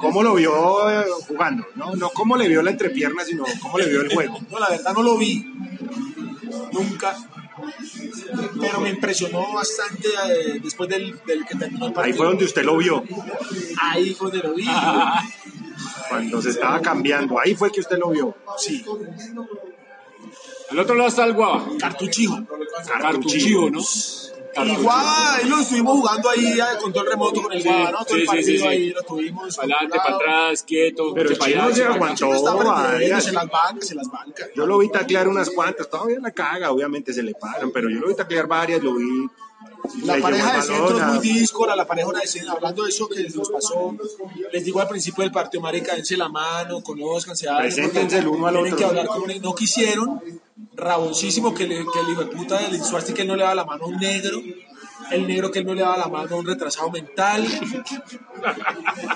¿cómo lo vio eh, jugando? No, no cómo le vio la entrepierna, sino cómo le vio el juego.
No, la verdad no lo vi. Nunca. Pero me impresionó bastante eh, después del, del que terminó el partido.
Ahí fue donde usted lo vio,
Ahí fue donde lo vi.
cuando se estaba cambiando. Ahí fue que usted lo vio.
Sí.
Al otro lado está el Guava.
Cartuchijo.
Cartuchillo, ¿no?
El Guava, ahí lo estuvimos jugando ahí eh, con todo el remoto con el
Sí,
Guava, ¿no? Todo el
sí, sí,
partido
sí, sí.
ahí lo tuvimos.
Adelante, para
controlado.
atrás, quieto.
Pero el
para allá,
chino se
para acá.
aguantó.
Está aprendiendo,
varias.
se las banca, se las banca.
Yo lo vi taclear unas cuantas, todavía la caga, obviamente se le paran, pero yo lo vi taclear varias, lo vi.
La
le
pareja de
llevó el
centros
balón a-
muy díscola, la pareja de centros, hablando de eso que nos pasó, les digo al principio del partido, marica, dense la mano, conozcan, se hablen, porque
Preséntense el uno al
tienen
otro.
que hablar como no quisieron, raboncísimo que, le, que el hijo de puta del Insuasti que él no le daba la mano a un negro, el negro que él no le daba la mano a un retrasado mental.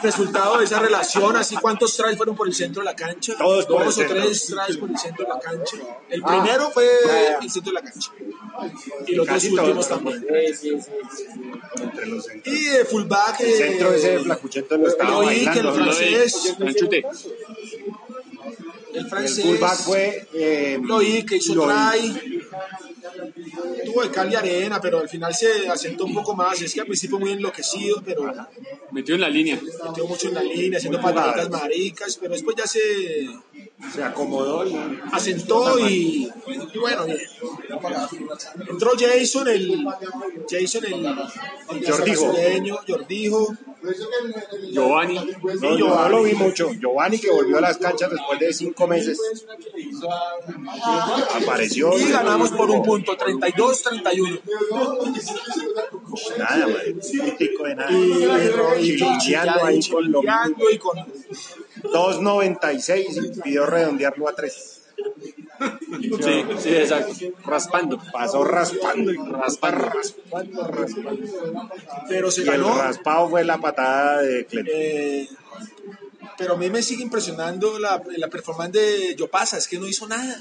Resultado de esa relación, así cuántos tries fueron por el centro de la cancha,
Todos por el
dos o
centro. Ah.
tres tries por el centro de la cancha. El primero fue el centro de la cancha. Y los dos
Casi todos,
últimos
pero
también.
entre los centros.
Y de fullback.
El centro ese de Flacuchento lo estaba
oí que
bailando.
el
¿no?
Lo de
francés,
Franchute.
el
El
francés.
fullback fue. eh,
Lo oí que hizo
lo oí.
try. Tuvo de cal y arena, pero al final se asentó un poco más. Es que al principio muy enloquecido, pero
Metió en la línea.
metió mucho en la línea, haciendo pataditas maricas, pero después ya se
Se acomodó. y-
asentó y, y bueno, bien. Entró Jason, el Jason, el, el
Jordijo.
brasileño, Jordijo.
Giovanni.
Pues
No, yo no lo vi mucho. Giovanni, que volvió a las canchas después de cinco meses, apareció.
Y ganamos por un punto, 32-31.
Nada, man. Un tico de nada.
Y- y-
Chilcheando ahí con lo
Chillando y con
2.96 y pidió redondearlo a 3.
Sí, sí, exacto. Raspando.
Pasó raspando y raspando, raspando, raspando.
pero se
Y el
ganó.
raspado fue la patada de Clemente.
Eh, pero a mí me sigue impresionando la, la performance de Yopasa, es que no hizo nada.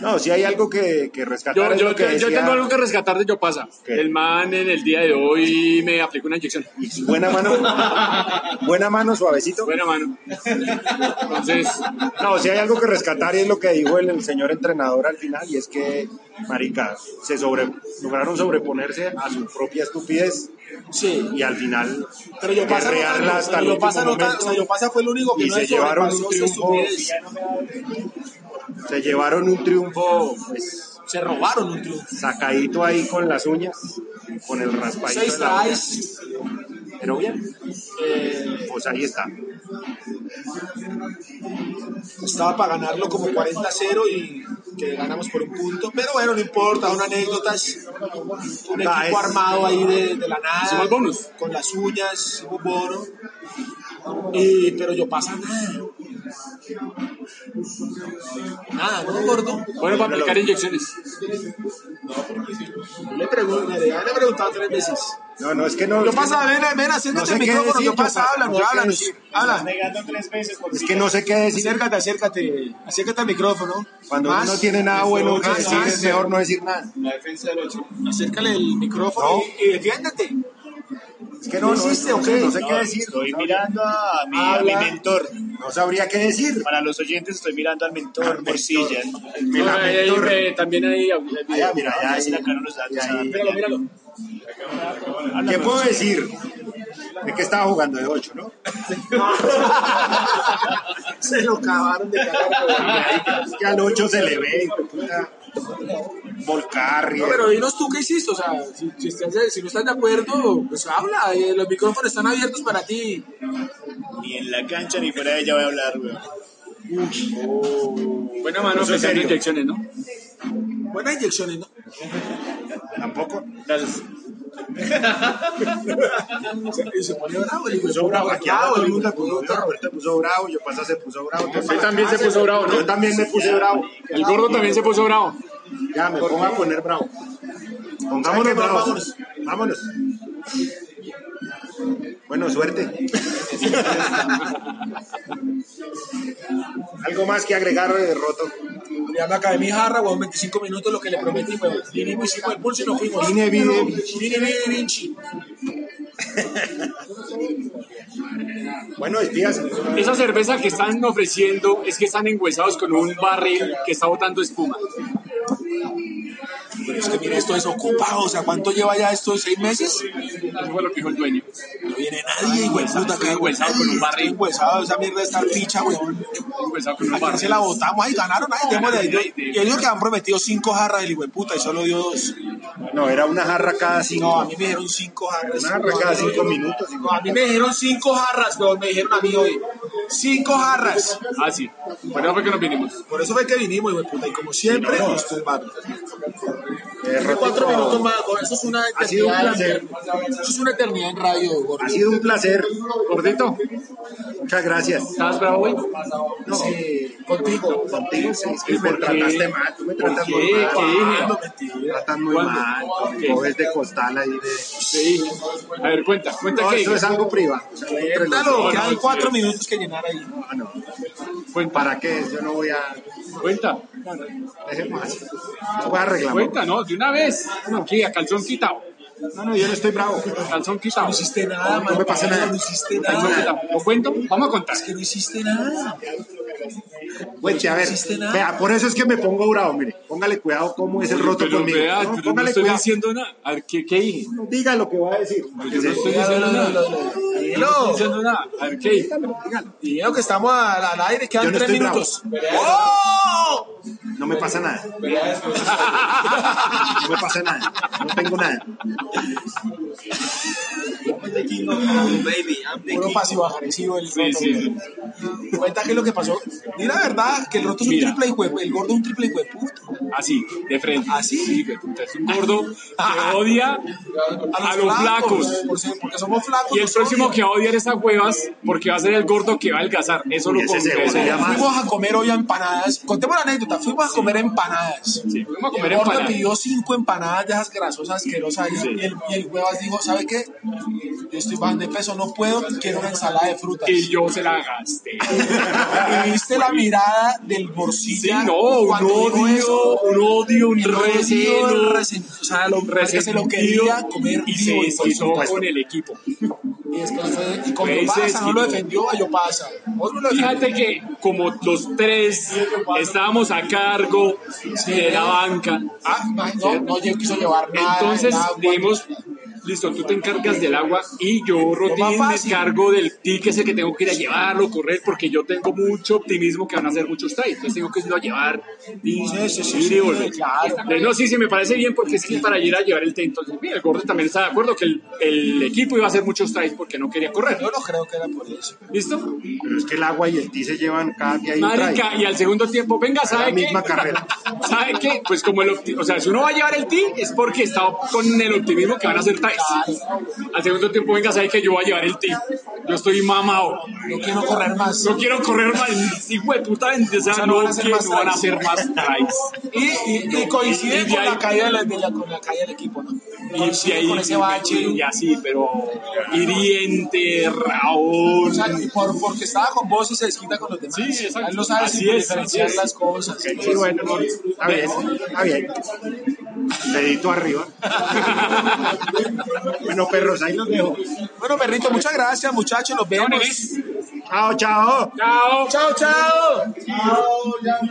No, si hay algo que, que rescatar
Yo,
es
yo,
lo que
yo- yo
decía,
tengo algo que rescatar de Yopasa.
¿Qué?
El man en el día de hoy me aplicó una inyección.
Buena mano, buena mano, suavecito.
Buena mano. Entonces,
No, si hay algo que rescatar y es lo que dijo el, el señor entrenador al final y es que, marica, se sobre, lograron sobreponerse a su propia estupidez
Sí,
y al final
pero Yopasa, no
guerrearla
tanto,
hasta
pero
el
Yopasa,
último
no tanto,
momento.
o sea, Yopasa fue el único que
Y
no
se
le
llevaron
sobrepasó
un
su
triunfo.
estupidez.
Se llevaron un triunfo, pues,
Se robaron un triunfo.
sacadito ahí con las uñas, con el raspadito.
Seis
de la uña.
tries,
Pero bien,
eh,
pues ahí está.
estaba para ganarlo como 40-0 y que ganamos por un punto, pero bueno, no importa, son anécdotas. Un
Ah,
equipo
es-
armado ahí de, de la nada.
Hicimos bonus.
Con las uñas, hicimos bono. Y, pero yo pasa nada. Nada, no gordo.
bueno, para aplicar inyecciones.
No le pregunto, le he preguntado tres veces.
No, no, es que no.
Yo
es que
pasa,
no-
ven, ven, acércate
sé
al
qué
micrófono,
decir,
yo pasa,
Yopasa,
habla,
no sé qué
háblanos,
decir.
habla.
Es que no sé qué decir.
Acércate, acércate, acércate al micrófono.
Cuando uno
Más.
no tiene nada bueno que
más,
decir,
más.
es mejor no decir nada.
Acércale el micrófono
No.
y, y defiéndete.
Es que no, no,
¿Hiciste
no
o
sé,
qué?
no sé qué decir.
Estoy
No sabría-
mirando a mi, a mi
Habla.
mentor.
No sabría qué decir.
Para los oyentes estoy mirando al mentor
Al
por
mentor.
silla.
Me
No, ahí- ahí
lamento.
me- también ahí.
Allá, mira, allá,
Ya se
ahí.
le acabaron los datos. a
ahí.
Daniel.
¿Qué puedo decir? Es que estaba jugando de 8, ¿no?
Se lo acabaron de cagar.
Es que al 8 se le ve, hijo de puta. Volcarri.
No, pero dinos tú qué hiciste, o sea, si, si estás de- si no estás de acuerdo, pues habla, eh, los micrófonos están abiertos para ti.
Ni en la cancha ni fuera de ella voy a hablar, weón.
Buena mano
Eso es
aplicando
pues,
serio.
inyecciones, ¿no?
Buenas inyecciones, ¿no?
Tampoco.
Las-
Y se pone bravo, le
Puso bravo, aquí a todo el mundo
le
se puso bravo, Roberto se puso bravo, yo pasa se puso bravo.
Usted también se puso bravo, ¿no?
Yo también me puse bravo.
El gordo también se puso bravo.
Ya, me pongo a poner bravo.
¿Sabe
Pongámonos
qué? No,
bravos. Vámonos. Bueno, suerte. Algo más que agregar, eh, Roto.
Llama Academia Jarra, weón, 25 minutos, lo que le prometí, weón. Vinimos, hicimos el pulso y nos fuimos.
Vine, vine, vine.
Vine, vine, Vinci.
Bueno, días.
Esa cerveza que están ofreciendo es que están engüesados con un barril que está botando espuma.
Pero es que mire, esto es ocupado, o sea, ¿cuánto lleva ya esto? ¿Seis meses?
Eso fue lo que dijo el dueño.
No viene nadie, güey, puta, que
Huesado con un barril.
Estoy huesado, esa mierda está picha, weón.
Engüesado con un
Aquí se
barril.
la botamos, ahí ganaron, ahí démosle ahí.
Ganaron, ahí,
Y ellos que han prometido cinco jarras del hueputa y solo dio dos.
No, era una jarra cada
No,
cinco.
a mí me dijeron cinco jarras.
Una jarra cada cinco minutos.
No, a mí me dijeron cinco jarras, weón, me dijeron a mí hoy. Cinco jarras.
Ah, sí. Bueno, fue que nos vinimos.
Por eso fue que vinimos, hueputa, y como siempre, nos tumbaron.
Eh, Rotico,
Cuatro minutos más, gordo. eso es una
Ha sido un
eternidad.
placer.
Eso es una eternidad en radio, gordo.
Ha sido un placer.
Gordito,
Muchas gracias.
¿estás bravo hoy?
No,
Sí, contigo.
contigo sí, es que
¿Por
me
qué?
trataste mal. Tú me
¿Por
tratas
qué?
muy mal.
¿Qué dije?
Me tratan muy
¿Cuándo?
mal.
¿Qué?
Pobres de costal ahí de...
Sí. A ver, cuenta, cuenta
No,
qué.
eso es algo privado.
Claro,
No,
quedan
no,
cuatro
sí.
minutos que llenar ahí.
Ah, no.
Cuenta,
¿Para qué? Yo no voy a.
cuenta,
Dejemos así. No voy a reclamar.
cuenta, no, de una vez. Aquí, a calzón quitado.
No, no, yo no estoy bravo.
Calzón quitado.
No hiciste nada,
No me pasa nada.
No hiciste
Calzón
nada.
quitado. ¿Lo cuento? Vamos a contar.
Es que no hiciste nada.
Güey, a ver.
hiciste nada.
Vea, por eso es que me pongo bravo. Mire, póngale cuidado cómo es el roto
Pero
conmigo.
vea,
No,
pero no
póngale
estoy
cuidado.
diciendo nada. A ver, ¿qué, qué dije?
No diga lo que va a decir.
Yo no estoy diciendo nada. Yo no estoy diciendo nada. A ver, ¿qué dije?
Creo que estamos al, al aire, quedan
Yo no
tres
estoy bravo.
minutos. ¡Oh!
No me pasa nada. No me pasa nada. No tengo nada.
Puro pasivo agresivo el
Sí,
roto,
sí,
güey.
sí.
Cuenta qué es lo que pasó. Di la verdad que el roto es un
Mira.
triple y huevo, el gordo es un triple y hueputo.
Así, de frente.
¿Así?
Sí, güey, puta, es un gordo que odia a los flacos.
Por ser- porque somos flacos.
Y el
nos
próximo
odian.
que va a odiar esas huevas, porque va a ser el gordo que va a algazar. Eso
Uy,
lo
ese se odia
confieso.
más.
Fuimos a comer hoy a empanadas. Contemos la anécdota. Fuimos a comer empanadas.
Sí, fuimos a comer
el gordo
empanadas.
pidió cinco empanadas de esas grasosas asquerosas. allá, Y, el, y el huevas dijo, ¿sabe qué? Yo estoy bajando de peso, no puedo. Quiero una ensalada de frutas.
Y yo se la gasté.
Y viste la mirada del morcilla.
Sí, no,
pues,
un odio, un odio, un
el odio,
recelo.
el resen- O sea, lo que se lo
Resentido
quería comer
y se
vivo, hijo de su
desquitó
puta.
con el equipo.
Y después fue- y como
Fue
pasa, no
desquitó.
lo defendió, a yo pasa. Hoy no lo defendió.
Fíjate que como los tres estábamos a cargo de la banca,
Ah, no, no, no quiso llevar nada.
entonces
nada, guay.
dijimos, listo, tú te encargas del agua y yo,
más
Rotín, me
fácil.
encargo del ticket ese que tengo que ir a llevarlo, correr, porque yo tengo mucho optimismo que van a hacer muchos tries, entonces tengo que irlo a llevar y
Sí, sí, sí,
ir
sí,
y volver.
claro.
Entonces, no, sí, sí, me parece bien porque es que para ir a llevar el té, entonces, mira, el gordo también está de acuerdo que el, el equipo iba a hacer muchos tries porque no quería correr,
Yo no creo que era por eso.
¿listo?
Pero es que el agua y el ti se llevan cada día y un trago.
Marica, y al segundo tiempo, venga,
la
¿sabe qué?
misma carrera.
¿Sabe qué? Pues como el opti- o sea, si uno va a llevar el team es porque está con el optimismo que van a hacer tres. Al segundo tiempo, venga, ¿sabe qué? Yo voy a llevar el team Yo estoy mamado.
No quiero correr más.
No quiero correr más. Hijo de puta, o sea, no,
no van a hacer
quiero-
más
no van a
tries.
hacer más tries.
Y, y, y coincide
Y de
con, la
ahí-
caída de la, de la- con la caída del equipo, ¿no?
Y de
Coincide
ahí,
con ese bache.
y así, pero hiriente, Raúl.
O sea, y por, porque estaba con vos y se desquita con los demás.
Sí, exacto.
Él no sabe
Así
si
es,
diferenciar
así es.
las cosas.
Sí, bueno, no, está bien, está bien. Dedito arriba. Bueno, perros, ahí los dejo.
Bueno, perrito, muchas gracias, muchachos. Nos vemos.
nenes.
Chao, chao.
Chao.
Chao, chao.